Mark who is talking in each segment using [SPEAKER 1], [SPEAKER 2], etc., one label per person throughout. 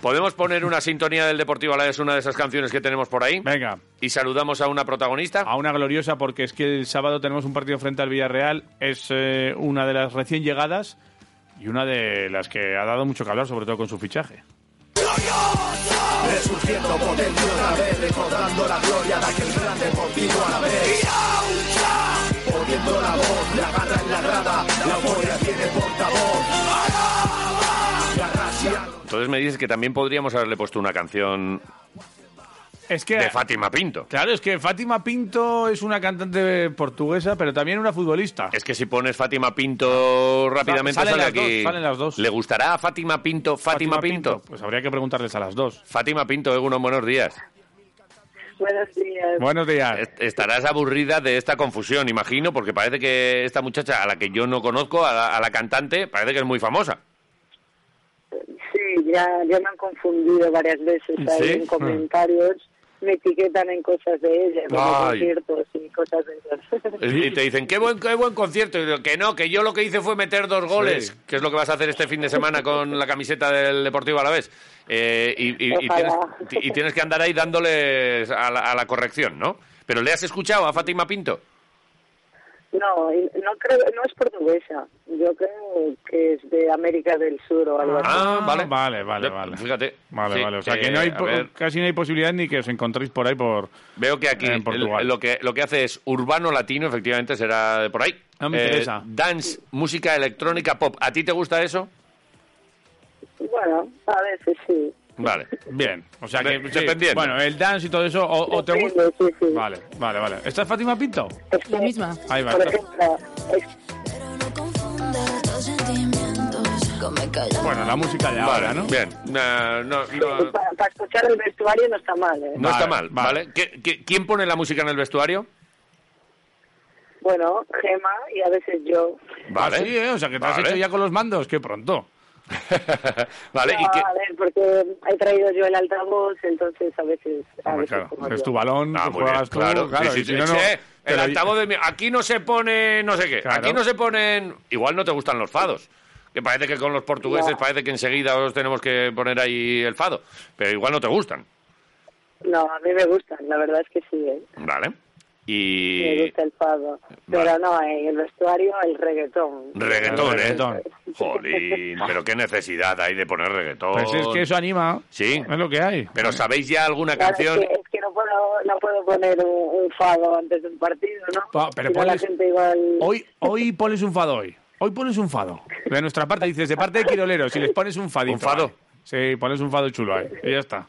[SPEAKER 1] ¿Podemos poner una sintonía del Deportivo a la es una de esas canciones que tenemos por ahí?
[SPEAKER 2] Venga, Ah.
[SPEAKER 1] Y saludamos a una protagonista.
[SPEAKER 2] a una gloriosa porque es que el sábado tenemos un partido frente al Villarreal. Es eh, una de las recién llegadas y una de las que ha dado mucho que hablar, sobre todo con su fichaje.
[SPEAKER 3] Resurgiendo potente otra vez, recordando la gloria de aquel gran deportivo a la vez. Poniendo la voz, la garra en la grada, la euforia tiene portavoz. Garras y algo.
[SPEAKER 1] Entonces me dices que también podríamos haberle puesto una canción
[SPEAKER 2] Es que.
[SPEAKER 1] de Fátima Pinto.
[SPEAKER 2] Claro, es que Fátima Pinto es una cantante portuguesa, pero también una futbolista.
[SPEAKER 1] Es que si pones Fátima Pinto rápidamente
[SPEAKER 2] salen
[SPEAKER 1] sale
[SPEAKER 2] las dos,
[SPEAKER 1] aquí.
[SPEAKER 2] salen las dos.
[SPEAKER 1] ¿Le gustará a Fátima Pinto, Fátima, Pinto?
[SPEAKER 2] Pues habría que preguntarles a las dos.
[SPEAKER 1] Fátima Pinto, Egunon, buenos días.
[SPEAKER 4] Buenos días.
[SPEAKER 2] Buenos días.
[SPEAKER 1] Est- Estarás aburrida de esta confusión, imagino, porque parece que esta muchacha a la que yo no conozco, a la, a la cantante, parece que es muy famosa.
[SPEAKER 4] Sí, ya, ya me han confundido varias veces ahí
[SPEAKER 1] ¿Sí?
[SPEAKER 4] en comentarios. Me etiquetan en cosas de ella, como
[SPEAKER 1] Ay.
[SPEAKER 4] conciertos y cosas de esas.
[SPEAKER 1] Y te dicen, qué buen, qué buen concierto. Y yo, que no, que yo lo que hice fue meter dos goles,
[SPEAKER 2] Sí.
[SPEAKER 1] que es lo que vas a hacer este fin de semana con la camiseta del Deportivo a la vez. y, y- y tienes,
[SPEAKER 4] Ojalá.
[SPEAKER 1] y tienes que andar ahí dándoles a la, a la corrección, ¿no? Pero ¿le has escuchado a Fátima Pinto?
[SPEAKER 4] No, y no creo, no es portuguesa. Yo creo que es de América del Sur o algo así.
[SPEAKER 1] Ah, vale.
[SPEAKER 2] Vale, vale,
[SPEAKER 1] Ya,
[SPEAKER 2] vale.
[SPEAKER 1] fíjate.
[SPEAKER 2] Vale,
[SPEAKER 1] Sí,
[SPEAKER 2] vale. O sea
[SPEAKER 1] eh,
[SPEAKER 2] que no hay
[SPEAKER 1] a
[SPEAKER 2] po-
[SPEAKER 1] ver,
[SPEAKER 2] casi no hay posibilidad ni que os encontréis por ahí por.
[SPEAKER 1] Veo que aquí
[SPEAKER 2] en Portugal.
[SPEAKER 1] el- lo, que, lo que hace es urbano latino, efectivamente, será de por ahí. Eh,
[SPEAKER 2] Ah, me interesa.
[SPEAKER 1] Dance, música electrónica, pop. ¿A ti te gusta eso?
[SPEAKER 4] Bueno, a veces sí.
[SPEAKER 1] Vale.
[SPEAKER 2] Bien. O sea que
[SPEAKER 1] De-
[SPEAKER 2] sí.
[SPEAKER 1] dependiendo.
[SPEAKER 2] Bueno, el dance y todo eso. O, o te
[SPEAKER 4] Depende,
[SPEAKER 2] gusta.
[SPEAKER 4] sí, sí.
[SPEAKER 2] Vale, vale, vale. ¿Esta es Fátima Pinto?
[SPEAKER 4] Es que,
[SPEAKER 5] La misma.
[SPEAKER 2] Ahí va.
[SPEAKER 4] Por
[SPEAKER 2] está.
[SPEAKER 4] ejemplo, es-
[SPEAKER 6] Pero no confundas estos sentimientos. Come callado.
[SPEAKER 2] Bueno, la música de ahora,
[SPEAKER 1] Vale,
[SPEAKER 2] ¿no?
[SPEAKER 1] bien. No, no, no,
[SPEAKER 4] para, para escuchar el vestuario no está mal, ¿eh?
[SPEAKER 1] Ah. no está
[SPEAKER 2] Vale,
[SPEAKER 1] mal,
[SPEAKER 2] vale.
[SPEAKER 1] ¿vale? ¿Qué- qué- quién pone la música en el vestuario?
[SPEAKER 4] Bueno, Gema y a veces yo.
[SPEAKER 1] Vale.
[SPEAKER 2] Ah, sí, ¿eh? O sea que te has
[SPEAKER 1] Vale.
[SPEAKER 2] hecho ya con los mandos. Qué pronto.
[SPEAKER 1] vale,
[SPEAKER 4] No,
[SPEAKER 1] ¿y qué?
[SPEAKER 4] a ver, porque he traído yo el altavoz, entonces a veces... A
[SPEAKER 2] Hombre,
[SPEAKER 4] veces
[SPEAKER 2] claro.
[SPEAKER 4] como
[SPEAKER 2] Es
[SPEAKER 4] yo.
[SPEAKER 2] tu balón,
[SPEAKER 1] Ah,
[SPEAKER 2] tú
[SPEAKER 1] muy bien,
[SPEAKER 2] juegas tú,
[SPEAKER 1] claro.
[SPEAKER 2] claro,
[SPEAKER 1] Sí,
[SPEAKER 2] y
[SPEAKER 1] sí,
[SPEAKER 2] si no, no-
[SPEAKER 1] che, el
[SPEAKER 2] pero-
[SPEAKER 1] altavoz de mi- Aquí no se pone no sé qué.
[SPEAKER 2] Claro.
[SPEAKER 1] Aquí no se ponen... Igual no te gustan los fados. Que parece que con los portugueses
[SPEAKER 4] No.
[SPEAKER 1] parece que enseguida os tenemos que poner ahí el fado. Pero igual no te gustan.
[SPEAKER 4] No, a mí me gustan, la verdad es que sí, ¿eh?
[SPEAKER 1] Vale.
[SPEAKER 4] Me
[SPEAKER 1] Y...
[SPEAKER 4] gusta el fado. Pero no, en el vestuario el reggaetón.
[SPEAKER 1] Reggaetón,
[SPEAKER 2] El
[SPEAKER 1] ¿eh?
[SPEAKER 2] reggaetón.
[SPEAKER 1] Jolín, pero qué necesidad hay de poner reggaetón.
[SPEAKER 2] Pues es que eso anima.
[SPEAKER 1] Sí.
[SPEAKER 2] Es lo que hay.
[SPEAKER 1] Pero ¿sabéis ya alguna
[SPEAKER 4] Claro,
[SPEAKER 1] canción?
[SPEAKER 4] es, que, es que no puedo, no puedo poner un, un fado antes de un partido, ¿no?
[SPEAKER 2] Pa- pero
[SPEAKER 4] Si no, la
[SPEAKER 2] pones-
[SPEAKER 4] gente igual...
[SPEAKER 2] Hoy, hoy pones un fado hoy. Hoy pones un fado. De nuestra parte dices, de parte de Quiroleros, si les pones un fadito.
[SPEAKER 1] ¿Un fado?
[SPEAKER 2] Sí, pones un fado chulo ahí. Y ya está.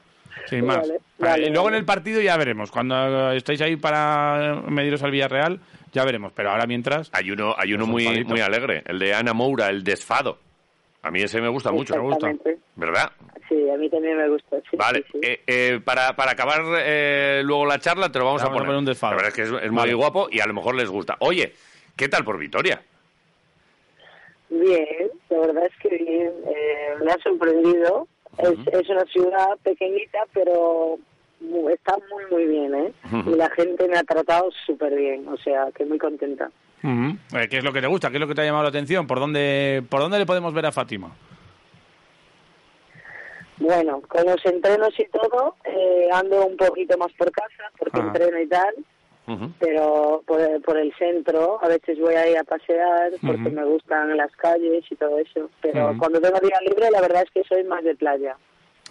[SPEAKER 2] Sin más.
[SPEAKER 4] Vale,
[SPEAKER 2] Vale, y
[SPEAKER 4] vale,
[SPEAKER 2] luego en
[SPEAKER 4] vale.
[SPEAKER 2] el partido ya veremos. Cuando estéis ahí para mediros al Villarreal, ya veremos. Pero ahora mientras.
[SPEAKER 1] Hay uno, hay uno
[SPEAKER 2] Pues un
[SPEAKER 1] muy,
[SPEAKER 2] palito.
[SPEAKER 1] muy alegre, el de Ana Moura, el desfado. A mí ese me gusta mucho, me gusta.
[SPEAKER 4] Exactamente.
[SPEAKER 1] ¿Verdad?
[SPEAKER 4] Sí, a mí también me gusta. sí,
[SPEAKER 1] Vale,
[SPEAKER 4] sí, sí.
[SPEAKER 1] eh, eh, para, para acabar eh, luego la charla te lo vamos,
[SPEAKER 2] Vamos a poner un desfado.
[SPEAKER 1] La verdad es que es, es muy
[SPEAKER 2] Vale.
[SPEAKER 1] guapo y a lo mejor les gusta. Oye, ¿qué tal por Vitoria?
[SPEAKER 4] Bien, la verdad es que bien. eh, me ha sorprendido. Es, es una ciudad pequeñita, pero mu- está muy, muy bien, ¿eh? Y la gente me ha tratado súper bien, o sea, que muy contenta.
[SPEAKER 2] eh, ¿Qué es lo que te gusta? ¿Qué es lo que te ha llamado la atención? ¿Por dónde, por dónde le podemos ver a Fátima?
[SPEAKER 4] Bueno, con los entrenos y todo, eh, ando un poquito más por casa, porque
[SPEAKER 2] Ajá.
[SPEAKER 4] entreno y tal,
[SPEAKER 1] Ujú.
[SPEAKER 4] pero por, el- por el centro, a veces voy ahí a pasear, porque me gustan las calles y todo eso. Pero
[SPEAKER 2] Ujú.
[SPEAKER 4] cuando tengo día libre, la verdad es que soy más de playa.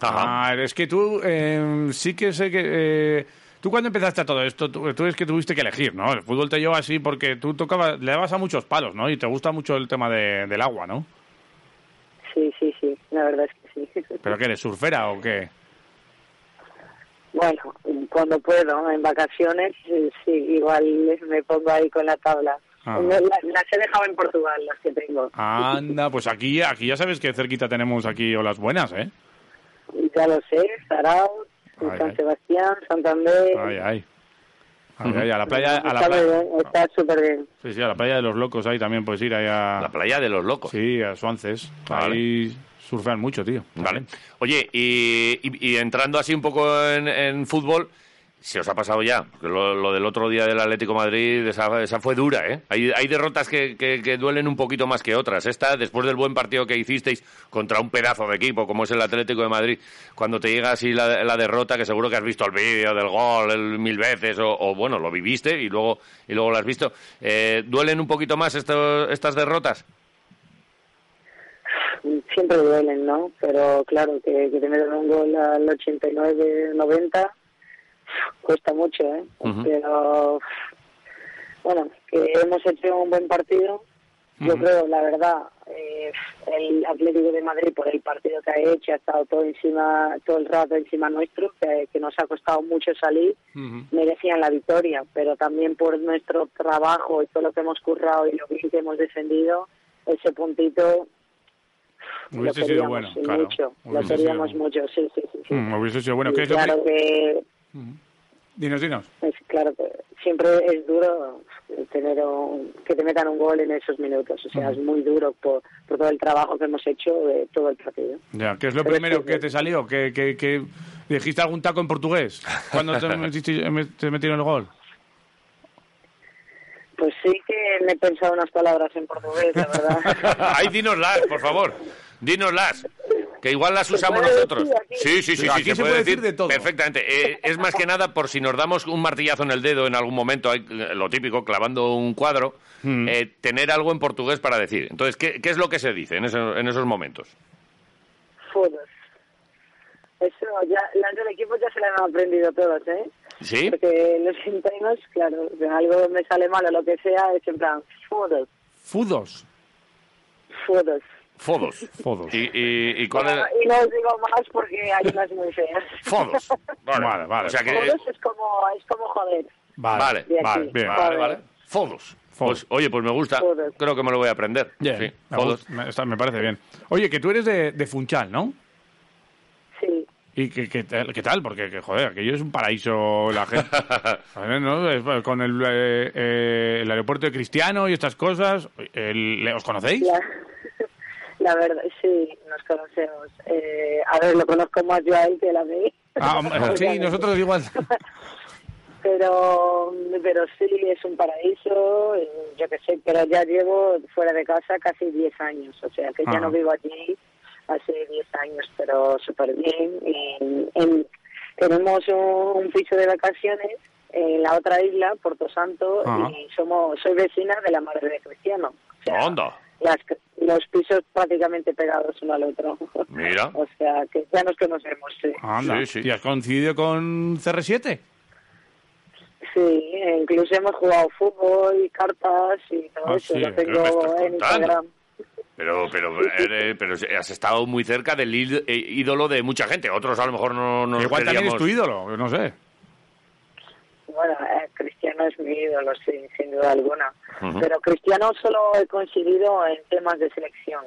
[SPEAKER 1] Ajá.
[SPEAKER 2] Ah, es que tú eh, sí que sé que... eh, tú cuando empezaste a todo esto, tú, tú es que tuviste que elegir, ¿no? El fútbol te llevó así porque tú tocabas, le dabas a muchos palos, ¿no? Y te gusta mucho el tema de- del agua, ¿no?
[SPEAKER 4] Sí, sí, sí, la verdad es que sí.
[SPEAKER 2] ¿Pero qué eres, surfera o qué?
[SPEAKER 4] Bueno, cuando puedo, en vacaciones, eh, sí, igual me pongo ahí con la tabla.
[SPEAKER 2] Ah.
[SPEAKER 4] No, la- las he dejado en Portugal, las que tengo.
[SPEAKER 2] Anda, pues aquí, aquí ya sabes que cerquita tenemos aquí olas buenas, ¿eh?
[SPEAKER 4] ya lo sé, Zarauz,
[SPEAKER 2] Ay, ay.
[SPEAKER 4] San Sebastián, Santander.
[SPEAKER 2] Ay, ay. Ay, ay, a la playa, a la
[SPEAKER 4] está muy
[SPEAKER 2] playa, Ah.
[SPEAKER 4] bien, está súper bien.
[SPEAKER 2] sí, sí, a la playa de los locos ahí también puedes ir ahí a...
[SPEAKER 1] La playa de los locos.
[SPEAKER 2] Sí, a Suances.
[SPEAKER 1] Vale.
[SPEAKER 2] Ahí surfean mucho, tío.
[SPEAKER 1] Vale. Oye, y, y- y entrando así un poco en, en fútbol, se os ha pasado ya, porque lo, lo del otro día del Atlético Madrid, esa, esa fue dura, ¿eh? Hay, hay derrotas que, que- que duelen un poquito más que otras. Esta, después del buen partido que hicisteis contra un pedazo de equipo como es el Atlético de Madrid, cuando te llega así la, la derrota, que seguro que has visto el vídeo del gol el- mil veces, o, o, bueno, lo viviste y luego, y luego lo has visto, eh, ¿duelen un poquito más esto- estas derrotas?
[SPEAKER 4] Siempre duelen, ¿no? Pero claro, que, que te metan un gol al 89, 90, cuesta mucho, ¿eh?
[SPEAKER 1] Ujú.
[SPEAKER 4] Pero bueno, que hemos hecho un buen partido. Yo creo, la verdad, eh, el Atlético de Madrid, por el partido que ha hecho, ha estado todo encima, todo el rato encima nuestro, que, que nos ha costado mucho salir, merecían la victoria, pero también por nuestro trabajo y todo lo que hemos currado y lo bien que hemos defendido, ese puntito
[SPEAKER 2] Hubiese
[SPEAKER 4] lo
[SPEAKER 2] sido
[SPEAKER 4] queríamos
[SPEAKER 2] bueno, claro.
[SPEAKER 4] mucho, lo
[SPEAKER 2] Hubiese
[SPEAKER 4] queríamos
[SPEAKER 2] sido-
[SPEAKER 4] mucho, sí, sí, sí. sí.
[SPEAKER 2] Mm, hubiese sido bueno.
[SPEAKER 4] Y
[SPEAKER 2] ¿Qué es lo
[SPEAKER 4] claro que
[SPEAKER 2] que- Dinos, dinos.
[SPEAKER 4] es claro que siempre es duro tener un- que te metan un gol en esos minutos, o sea, es muy duro por, por todo el trabajo que hemos hecho de todo el partido.
[SPEAKER 2] Ya, ¿Qué es lo
[SPEAKER 4] Pero es
[SPEAKER 2] primero
[SPEAKER 4] que-
[SPEAKER 2] que te salió? ¿Que, que, que dijiste algún taco en portugués cuando te, metiste- eh, me- te metieron el gol?
[SPEAKER 4] Pues sí que me he pensado unas palabras en portugués, la verdad.
[SPEAKER 1] Ahí dínoslas, por favor. Dínoslas. Que igual las usamos
[SPEAKER 4] puede
[SPEAKER 1] nosotros.
[SPEAKER 4] decir aquí?
[SPEAKER 1] Sí, sí, sí,
[SPEAKER 2] Pero
[SPEAKER 1] sí,
[SPEAKER 2] aquí se puede decir de todo.
[SPEAKER 1] Perfectamente. Eh, es más que nada por si nos damos un martillazo en el dedo en algún momento, hay, eh, lo típico, clavando un cuadro,
[SPEAKER 2] Hmm.
[SPEAKER 1] eh, tener algo en portugués para decir. Entonces, ¿qué, qué es lo que se dice en, eso- en esos momentos?
[SPEAKER 4] Fodas. Eso ya, las del equipo ya se la han aprendido todas, ¿eh?
[SPEAKER 1] ¿Sí?
[SPEAKER 4] Porque los internos, claro, si algo me sale mal o lo que sea, es en plan, fodas,
[SPEAKER 2] Fudos.
[SPEAKER 4] fodas.
[SPEAKER 1] Fodos.
[SPEAKER 2] Fodos.
[SPEAKER 1] ¿Y, y, y cuál es?
[SPEAKER 4] Y no os digo más porque hay unas muy feas.
[SPEAKER 1] Fodos. Vale,
[SPEAKER 2] Vale, vale.
[SPEAKER 1] O sea que...
[SPEAKER 4] Fodas es como, es como joder.
[SPEAKER 1] Vale,
[SPEAKER 4] de aquí.
[SPEAKER 1] vale,
[SPEAKER 2] bien.
[SPEAKER 1] vale, vale. Fodos. Pues,
[SPEAKER 2] Fodos.
[SPEAKER 1] oye, pues me gusta.
[SPEAKER 4] Fodos.
[SPEAKER 1] Creo que me lo voy a aprender.
[SPEAKER 2] Bien.
[SPEAKER 1] Sí,
[SPEAKER 2] Me
[SPEAKER 1] fodos.
[SPEAKER 2] gusta, me- está- me parece bien. Oye, que tú eres de, de Funchal, ¿no?
[SPEAKER 4] Sí.
[SPEAKER 2] ¿Y qué, qué tal, qué tal? Porque, que, joder, aquello es un paraíso la gente. A ver, ¿no? Es- Con el, eh, eh, el aeropuerto de Cristiano y estas cosas. El- ¿le- ¿Os conocéis?
[SPEAKER 4] La, la verdad, sí, nos conocemos. Eh, a ver, lo conozco más yo a él que él a mí.
[SPEAKER 2] Ah, hombre, sí,
[SPEAKER 4] Obviamente.
[SPEAKER 2] nosotros igual.
[SPEAKER 4] Pero, pero sí, es un paraíso, eh, yo qué sé, pero ya llevo fuera de casa casi 10 años, o sea que
[SPEAKER 2] Ajá.
[SPEAKER 4] ya no vivo allí hace 10 años, pero súper bien. Y en- tenemos un, un piso de vacaciones en la otra isla, Puerto Santo,
[SPEAKER 2] Ajá.
[SPEAKER 4] y somos soy vecina de la madre de Cristiano. O sea,
[SPEAKER 1] Onda.
[SPEAKER 4] las, los pisos prácticamente pegados uno al otro.
[SPEAKER 1] Mira.
[SPEAKER 4] o sea, que ya nos conocemos, sí.
[SPEAKER 1] Sí,
[SPEAKER 2] Anda.
[SPEAKER 1] sí.
[SPEAKER 2] ¿Y has coincidido con CR7?
[SPEAKER 4] Sí, e incluso hemos jugado fútbol, cartas y todo
[SPEAKER 2] Ah,
[SPEAKER 4] eso.
[SPEAKER 2] sí,
[SPEAKER 4] Lo
[SPEAKER 1] ¿qué eh, me
[SPEAKER 4] tengo
[SPEAKER 1] estás
[SPEAKER 4] en
[SPEAKER 1] contando?
[SPEAKER 4] Instagram.
[SPEAKER 1] Pero, pero, eh, pero has estado muy cerca del íd- eh, ídolo de mucha gente. Otros a lo mejor no nos
[SPEAKER 2] Igual también es
[SPEAKER 1] queríamos-
[SPEAKER 2] tu ídolo, no sé.
[SPEAKER 4] Bueno, eh, Cristiano es mi ídolo, sí, sin duda alguna.
[SPEAKER 1] Ujú.
[SPEAKER 4] Pero Cristiano solo he coincidido en temas de selección.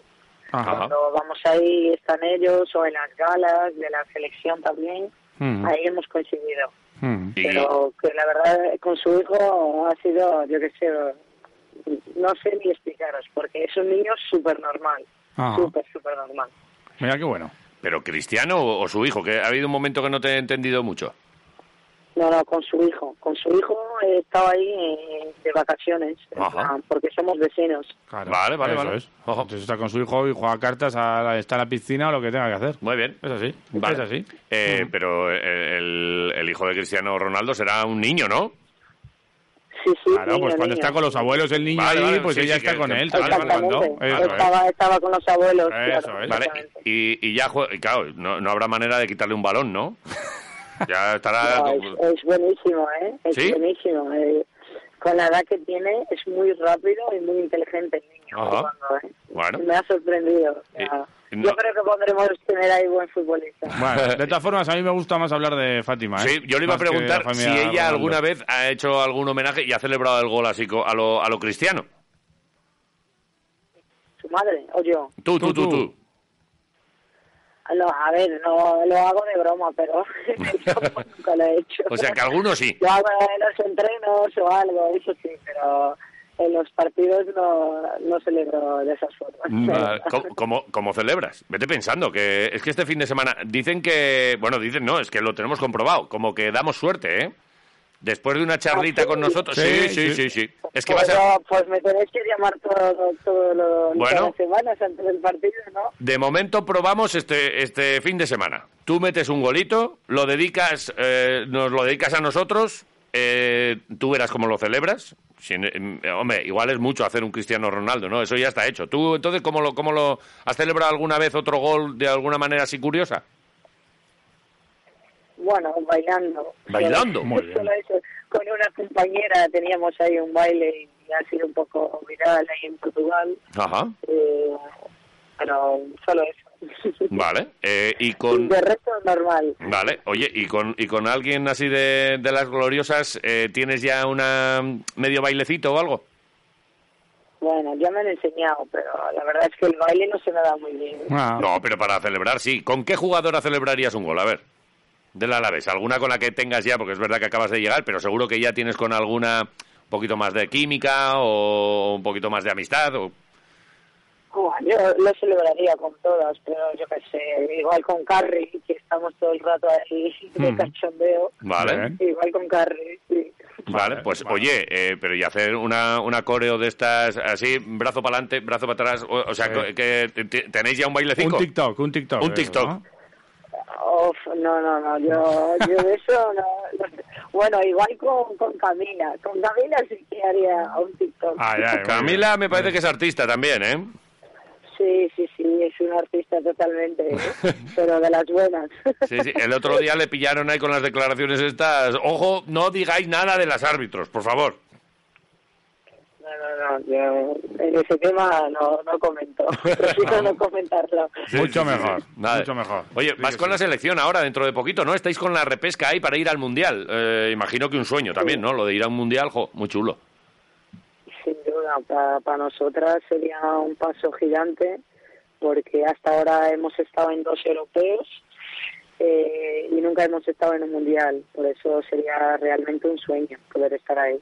[SPEAKER 1] Ah.
[SPEAKER 2] Ajá.
[SPEAKER 4] Cuando vamos ahí están ellos o en las galas de la selección también.
[SPEAKER 2] Ujú.
[SPEAKER 4] Ahí hemos coincidido.
[SPEAKER 2] Mm.
[SPEAKER 1] Y-
[SPEAKER 4] Pero que la verdad con su hijo ha sido, yo qué sé, no sé ni explicaros, porque es un niño súper normal.
[SPEAKER 1] Ah.
[SPEAKER 2] Ajá.
[SPEAKER 4] Súper, súper normal.
[SPEAKER 2] Mira qué bueno.
[SPEAKER 1] pero Cristiano o, o su hijo, que ha habido un momento que no te he entendido mucho.
[SPEAKER 4] No, no, con su hijo. Con su hijo he estado ahí eh, de vacaciones,
[SPEAKER 1] Ajá.
[SPEAKER 4] eh, porque somos vecinos.
[SPEAKER 2] Claro.
[SPEAKER 1] Vale, vale,
[SPEAKER 2] Eso
[SPEAKER 1] vale.
[SPEAKER 2] es.
[SPEAKER 1] Ojo.
[SPEAKER 2] Entonces está con su hijo y juega cartas, a la- está en la piscina o lo que tenga que hacer.
[SPEAKER 1] Muy bien.
[SPEAKER 2] Es así.
[SPEAKER 1] Vale.
[SPEAKER 2] Es así. Mm.
[SPEAKER 1] Eh, Pero eh, el, el hijo de Cristiano Ronaldo será un niño, ¿no?
[SPEAKER 4] Sí, sí.
[SPEAKER 2] Claro,
[SPEAKER 4] niño,
[SPEAKER 2] pues cuando
[SPEAKER 4] niño.
[SPEAKER 2] está con los abuelos el niño
[SPEAKER 1] Vale,
[SPEAKER 2] ahí,
[SPEAKER 1] vale,
[SPEAKER 2] pues
[SPEAKER 1] sí,
[SPEAKER 2] ella
[SPEAKER 1] sí,
[SPEAKER 2] está
[SPEAKER 1] que-
[SPEAKER 2] con
[SPEAKER 1] que-
[SPEAKER 2] él. tal,
[SPEAKER 4] Exactamente.
[SPEAKER 2] jugando. Eso es.
[SPEAKER 4] estaba, estaba con los abuelos.
[SPEAKER 2] Eso
[SPEAKER 4] claro,
[SPEAKER 2] es.
[SPEAKER 1] Vale.
[SPEAKER 4] exactamente.
[SPEAKER 1] Y, y ya, jue- y claro, no, no habrá manera de quitarle un balón, ¿no? ya estará...
[SPEAKER 4] No, es, es buenísimo, ¿eh? Es
[SPEAKER 1] Ah, ¿Sí?
[SPEAKER 4] buenísimo. eh. con la edad que tiene, es muy rápido y muy inteligente el niño.
[SPEAKER 1] Ajá.
[SPEAKER 4] jugando, ¿eh?
[SPEAKER 1] Bueno.
[SPEAKER 4] Me ha sorprendido. o sea,
[SPEAKER 1] Y- no-
[SPEAKER 4] Yo creo que podremos tener ahí buen futbolista.
[SPEAKER 2] Bueno, de todas formas, a mí me gusta más hablar de Fátima. ¿eh?
[SPEAKER 1] Sí, yo le iba a
[SPEAKER 2] Más que de la
[SPEAKER 1] preguntar si
[SPEAKER 2] familia
[SPEAKER 1] ella
[SPEAKER 2] Ronaldo.
[SPEAKER 1] alguna vez ha hecho algún homenaje y ha celebrado el gol así co- a lo, a lo cristiano.
[SPEAKER 4] Su madre o yo.
[SPEAKER 1] Tú, tú, tú,
[SPEAKER 2] Tú,
[SPEAKER 1] tú.
[SPEAKER 2] tú.
[SPEAKER 4] Ah, No, a ver, no lo hago de broma, pero nunca lo he hecho.
[SPEAKER 1] O sea que algunos sí.
[SPEAKER 4] Lo hago en los entrenos o algo, eso sí, pero en los partidos no, no celebro de esas formas.
[SPEAKER 1] Mm, Vale, ¿Cómo, cómo, cómo celebras? Vete pensando que es que este fin de semana dicen que, bueno, dicen no, es que lo tenemos comprobado, como que damos suerte, ¿eh? Después de una charlita con nosotros. Ah, Sí, sí, sí, sí. Es que va a
[SPEAKER 4] pues,
[SPEAKER 1] ser
[SPEAKER 4] no, pues me tenéis que llamar todo, todo lo,
[SPEAKER 1] Bueno.
[SPEAKER 4] todas las semanas antes del partido, ¿no?
[SPEAKER 1] De momento probamos este, este fin de semana. Tú metes un golito, lo dedicas, eh, nos lo dedicas a nosotros, eh, tú verás cómo lo celebras. Si- eh, hombre, igual es mucho hacer un Cristiano Ronaldo, ¿no? Eso ya está hecho. ¿Tú entonces cómo lo, cómo lo has celebrado alguna vez otro gol de alguna manera así curiosa?
[SPEAKER 4] Bueno, bailando.
[SPEAKER 1] Bailando,
[SPEAKER 4] Solo-
[SPEAKER 1] muy bien.
[SPEAKER 4] solo eso. Con una compañera teníamos ahí un baile y ha sido un poco viral ahí en Portugal,
[SPEAKER 1] Ajá,
[SPEAKER 4] eh, pero solo eso.
[SPEAKER 1] vale. Eh, y
[SPEAKER 4] Y
[SPEAKER 1] con...
[SPEAKER 4] De resto, normal.
[SPEAKER 1] Vale, oye, y con, y con alguien así de, de las gloriosas, eh, ¿tienes ya una medio bailecito o algo?
[SPEAKER 4] Bueno, ya me han enseñado, pero la verdad es que el baile no se me da muy bien.
[SPEAKER 2] Ah,
[SPEAKER 1] No, pero para celebrar, sí. ¿Con qué jugadora celebrarías un gol? A ver, del Alavés. ¿Alguna con la que tengas ya? Porque es verdad que acabas de llegar, pero seguro que ya tienes con alguna un poquito más de química o un poquito más de amistad. O...
[SPEAKER 4] Buah, Yo lo celebraría con todas, pero yo qué sé, igual con Carrie, que estamos todo el rato ahí
[SPEAKER 1] Mm.
[SPEAKER 4] de cachondeo.
[SPEAKER 1] Vale.
[SPEAKER 2] Bien.
[SPEAKER 4] Igual con Carrie, sí.
[SPEAKER 1] Vale, pues oye, eh, pero y hacer una, una coreo de estas así, brazo para adelante, brazo para atrás, o, o sea,
[SPEAKER 2] Sí.
[SPEAKER 1] co- que te- te- tenéis ya un
[SPEAKER 2] un
[SPEAKER 1] bailecito.
[SPEAKER 2] TikTok, un TikTok.
[SPEAKER 1] Un TikTok.
[SPEAKER 2] ¿no?
[SPEAKER 4] Uf, no, no, no, yo, yo de eso no. no. Bueno, igual con, con Camila. Con Camila sí que haría un TikTok.
[SPEAKER 1] Ah,
[SPEAKER 2] Ay, ay, muy
[SPEAKER 1] Camila
[SPEAKER 2] bien.
[SPEAKER 1] me parece que es artista también, ¿eh?
[SPEAKER 4] Sí, sí, sí, es un artista totalmente, ¿eh? pero de las buenas.
[SPEAKER 1] Sí, sí. El otro día le pillaron ahí con las declaraciones estas. Ojo, no digáis nada de las árbitros, por favor.
[SPEAKER 4] No, no, no, yo en ese tema no, no comento.
[SPEAKER 1] Ah.
[SPEAKER 4] Prefiero no comentarlo.
[SPEAKER 2] Mucho mejor,
[SPEAKER 1] Nada.
[SPEAKER 2] mucho mejor.
[SPEAKER 1] Oye,
[SPEAKER 2] Sí
[SPEAKER 1] vas
[SPEAKER 2] que
[SPEAKER 1] con
[SPEAKER 2] sí.
[SPEAKER 1] la selección ahora, dentro de poquito, ¿no? Estáis con la repesca ahí para ir al Mundial. Eh, imagino que un sueño también, ¿no? Lo de ir a un Mundial, jo, muy chulo.
[SPEAKER 4] Sin duda, para nosotras sería un paso gigante porque hasta ahora hemos estado en dos europeos eh, y nunca hemos estado en un mundial. Por eso sería realmente un sueño poder estar ahí.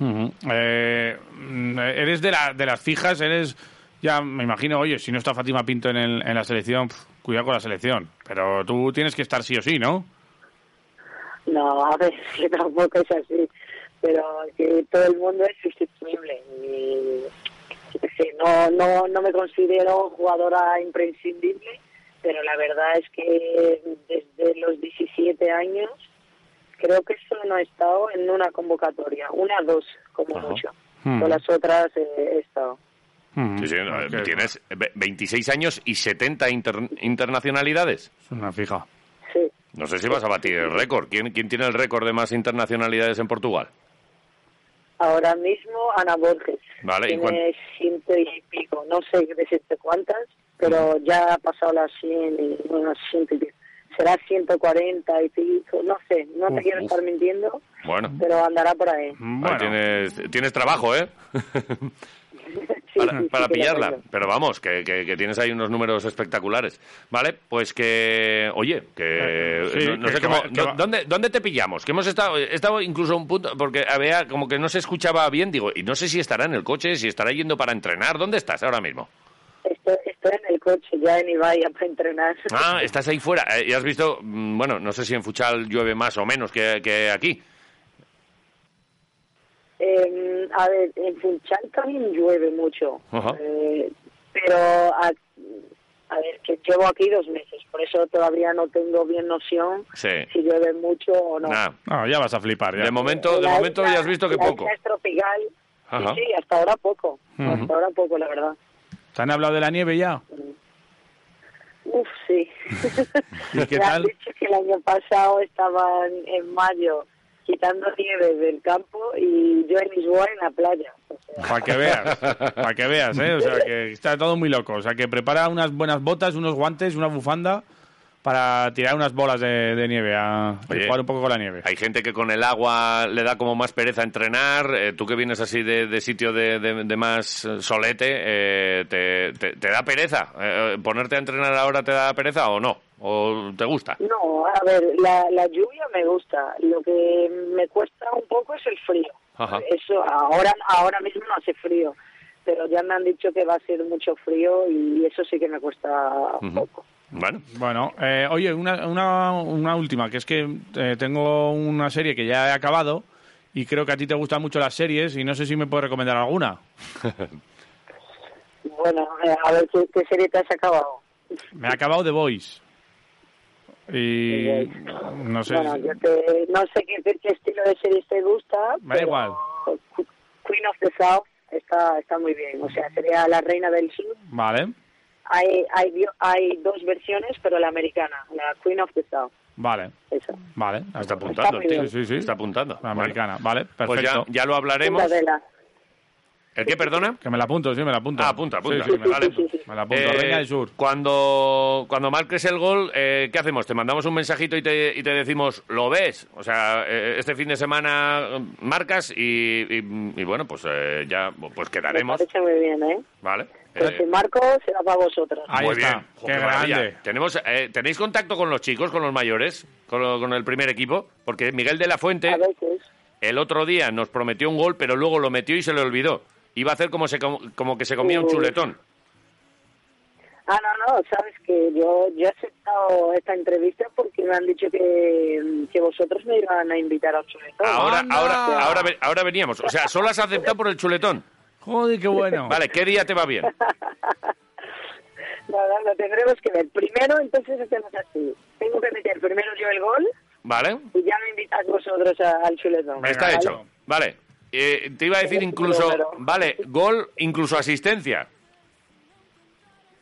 [SPEAKER 2] Ujú. Eh, mm, eres de, la, de las fijas, eres. Ya me imagino, oye, si no está Fátima Pinto en, el- en la selección, pf, cuidado con la selección. Pero tú tienes que estar sí o sí, ¿no?
[SPEAKER 4] No, a ver, que tampoco es así, pero que todo el mundo es sustituible. Y, yo qué sé, no, no, no me considero jugadora imprescindible, pero la verdad es que desde los 17 años creo que solo no he estado en una convocatoria, una dos como
[SPEAKER 1] Ajá.
[SPEAKER 4] mucho.
[SPEAKER 2] Hmm.
[SPEAKER 4] Con las otras eh, he estado.
[SPEAKER 2] Ujú.
[SPEAKER 1] Sí, sí, no,
[SPEAKER 2] Ok.
[SPEAKER 1] Tienes ve- 26 años y 70 inter- internacionalidades.
[SPEAKER 2] Es una fija.
[SPEAKER 4] Sí.
[SPEAKER 1] No sé si vas a batir el récord. ¿Quién, quién tiene el récord de más internacionalidades en Portugal?
[SPEAKER 4] Ahora mismo Ana Borges.
[SPEAKER 1] Vale, ¿y
[SPEAKER 4] tiene ciento y pico, no sé decirte cuántas, pero ya ha pasado las 100 y unas ciento y pico. Será 140 y pico, no sé, no te
[SPEAKER 2] Uf,
[SPEAKER 4] quiero
[SPEAKER 1] uf.
[SPEAKER 4] estar mintiendo,
[SPEAKER 1] Bueno,
[SPEAKER 4] pero andará por ahí.
[SPEAKER 1] ahí
[SPEAKER 2] Bueno,
[SPEAKER 1] tienes, tienes trabajo, ¿eh?
[SPEAKER 4] Sí,
[SPEAKER 1] para,
[SPEAKER 4] sí, sí
[SPEAKER 1] para
[SPEAKER 4] que lo
[SPEAKER 1] pillarla.
[SPEAKER 4] tengo.
[SPEAKER 1] Pero vamos, que, que- que tienes ahí unos números espectaculares. Vale, pues que. Oye, que.
[SPEAKER 2] Eh, sí,
[SPEAKER 1] no, no
[SPEAKER 2] que-
[SPEAKER 1] sé
[SPEAKER 2] que
[SPEAKER 1] cómo.
[SPEAKER 2] va- que
[SPEAKER 1] ¿dó-
[SPEAKER 2] va-
[SPEAKER 1] ¿dónde, ¿Dónde te pillamos? Que hemos estado. He estado incluso a un punto. Porque había como que no se escuchaba bien, digo. Y no sé si estará en el coche, si estará yendo para entrenar. ¿Dónde estás ahora mismo?
[SPEAKER 4] Estoy, estoy en el coche ya en Ibaya para entrenar.
[SPEAKER 1] Ah, estás ahí fuera. Eh, y has visto. mm, Bueno, no sé si en Fuchal llueve más o menos que, que aquí.
[SPEAKER 4] Eh, a ver, en Funchal también llueve mucho,
[SPEAKER 1] Ajá.
[SPEAKER 4] Eh, pero a, a ver, que llevo aquí dos meses, por eso todavía no tengo bien noción
[SPEAKER 1] Sí.
[SPEAKER 4] si llueve mucho o no.
[SPEAKER 1] Nada.
[SPEAKER 2] no, ya vas a flipar. Ya.
[SPEAKER 1] De momento, de
[SPEAKER 4] La
[SPEAKER 1] momento
[SPEAKER 4] isla-
[SPEAKER 1] ya has visto que
[SPEAKER 4] la
[SPEAKER 1] poco.
[SPEAKER 4] isla es tropical. Sí,
[SPEAKER 1] Ajá.
[SPEAKER 4] Sí, hasta ahora poco. Hasta ahora poco, la verdad.
[SPEAKER 2] ¿Te han hablado de la nieve ya?
[SPEAKER 4] Uf, sí.
[SPEAKER 2] ¿Y qué
[SPEAKER 4] Me han
[SPEAKER 2] tal?
[SPEAKER 4] dicho que el año pasado estaban en mayo quitando nieve del campo y yo en Lisboa en la playa. O sea,
[SPEAKER 2] Para que veas, para que veas, ¿eh? O sea, que está todo muy loco. O sea, que prepara unas buenas botas, unos guantes, una bufanda, para tirar unas bolas de, de nieve, a y
[SPEAKER 1] Oye.
[SPEAKER 2] jugar un poco con la nieve.
[SPEAKER 1] Hay gente que con el agua le da como más pereza entrenar. eh, tú que vienes así de, de sitio de, de- de más eh, solete, eh, te, te- te da pereza? Eh, eh, ¿Ponerte a entrenar ahora te da pereza o no? ¿O te gusta?
[SPEAKER 4] No, a ver, la, la lluvia me gusta. Lo que me cuesta un poco es el frío.
[SPEAKER 1] Ajá.
[SPEAKER 4] Eso ahora ahora mismo no hace frío, pero ya me han dicho que va a ser mucho frío y eso sí que me cuesta un poco.
[SPEAKER 1] Bueno,
[SPEAKER 2] Bueno, eh, oye, una, una, una última, que es que eh, tengo una serie que ya he acabado y creo que a ti te gustan mucho las series y no sé si me puedes recomendar alguna.
[SPEAKER 4] Bueno, eh, a ver ¿qué, qué serie te has acabado.
[SPEAKER 2] Me ha acabado The Voice. Y no sé,
[SPEAKER 4] Bueno, yo te- no sé qué, qué- qué estilo de series te gusta.
[SPEAKER 2] Me da
[SPEAKER 4] pero
[SPEAKER 2] igual.
[SPEAKER 4] Qu- Queen of the South está está muy bien, o sea, sería la reina del sur.
[SPEAKER 2] vale,
[SPEAKER 4] Hay hay dio- hay dos versiones, pero la americana, la Queen of the South,
[SPEAKER 2] vale,
[SPEAKER 4] esa.
[SPEAKER 2] vale.
[SPEAKER 1] está apuntando,
[SPEAKER 4] muy
[SPEAKER 1] tío.
[SPEAKER 4] bien.
[SPEAKER 2] Sí, sí, sí.
[SPEAKER 1] Está apuntando.
[SPEAKER 2] La
[SPEAKER 1] Bueno,
[SPEAKER 2] americana, vale,
[SPEAKER 1] Pues ya,
[SPEAKER 2] perfecto.
[SPEAKER 1] ya lo hablaremos.
[SPEAKER 4] Isabela.
[SPEAKER 1] ¿El qué, perdona?
[SPEAKER 2] Que me la apunto, sí, me la apunto.
[SPEAKER 1] Ah, apunta, apunta.
[SPEAKER 2] Sí, sí, me, la,
[SPEAKER 1] Vale.
[SPEAKER 2] me la apunto.
[SPEAKER 1] Eh,
[SPEAKER 2] Reina del Sur.
[SPEAKER 1] Cuando, cuando marques el gol, eh, ¿qué hacemos? ¿Te mandamos un mensajito y te, y te decimos, lo ves? O sea, eh, este fin de semana eh, marcas y, y- y bueno, pues eh, ya pues quedaremos.
[SPEAKER 4] Me parece muy bien, ¿eh?
[SPEAKER 1] Vale.
[SPEAKER 4] Pero
[SPEAKER 1] Eh,
[SPEAKER 4] si marco, será para vosotros.
[SPEAKER 2] Ahí
[SPEAKER 1] muy
[SPEAKER 2] está.
[SPEAKER 1] bien. Jo,
[SPEAKER 2] Qué
[SPEAKER 1] maravilla.
[SPEAKER 2] grande.
[SPEAKER 1] Tenemos, eh, ¿Tenéis contacto con los chicos, con los mayores, con, lo- con el primer equipo? Porque Miguel de la Fuente
[SPEAKER 4] A veces.
[SPEAKER 1] el otro día nos prometió un gol, pero luego lo metió y se le olvidó. Iba a hacer como, se com- como que se comía un
[SPEAKER 4] Uy.
[SPEAKER 1] chuletón.
[SPEAKER 4] Ah, no, no, sabes que yo, yo he aceptado esta entrevista porque me han dicho que, que vosotros me iban a invitar a un chuletón.
[SPEAKER 1] Ahora,
[SPEAKER 2] ¡Anda!
[SPEAKER 1] ahora, ahora, ve- ahora veníamos. O sea, solo has aceptado por el chuletón.
[SPEAKER 2] Joder, qué bueno.
[SPEAKER 1] Vale, ¿qué día te va bien?
[SPEAKER 4] No, no, lo tendremos que ver. Primero, entonces hacemos así. Tengo que meter primero yo el gol
[SPEAKER 1] ¿Vale?
[SPEAKER 4] y ya me invitáis vosotros a- al chuletón.
[SPEAKER 1] Está
[SPEAKER 4] ¿vale?
[SPEAKER 1] hecho. Vale. Eh, te iba a decir incluso, vale, gol, incluso asistencia.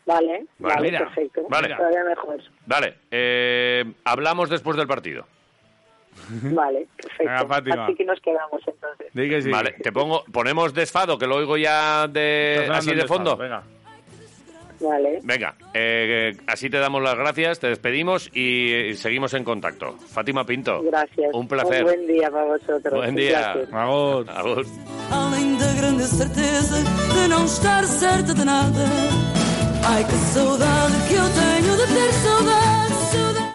[SPEAKER 4] Vale,
[SPEAKER 1] Vale,
[SPEAKER 4] vale,
[SPEAKER 2] mira.
[SPEAKER 4] perfecto.
[SPEAKER 1] Vale.
[SPEAKER 4] Todavía mejor.
[SPEAKER 1] Vale, eh, hablamos después del partido.
[SPEAKER 4] Vale, perfecto.
[SPEAKER 2] Venga, Fátima.
[SPEAKER 4] Así que nos quedamos entonces.
[SPEAKER 2] Di que sí.
[SPEAKER 1] Vale, te pongo, ponemos desfado, que lo oigo ya de,
[SPEAKER 2] Fernando,
[SPEAKER 1] así de
[SPEAKER 2] ¿dónde
[SPEAKER 1] fondo.
[SPEAKER 2] estás? Venga.
[SPEAKER 4] Vale.
[SPEAKER 1] Venga, eh, así te damos las gracias, te despedimos y eh, seguimos en contacto. Fátima Pinto.
[SPEAKER 4] Gracias.
[SPEAKER 1] Un placer.
[SPEAKER 4] Un buen día para vosotros.
[SPEAKER 1] Buen
[SPEAKER 4] Un
[SPEAKER 1] día.
[SPEAKER 4] placer.
[SPEAKER 2] Agur.
[SPEAKER 1] Agur.
[SPEAKER 5] Além da grande certeza de não estar certa de nada. Ai que saudade que eu tenho de ter saudade, saudade.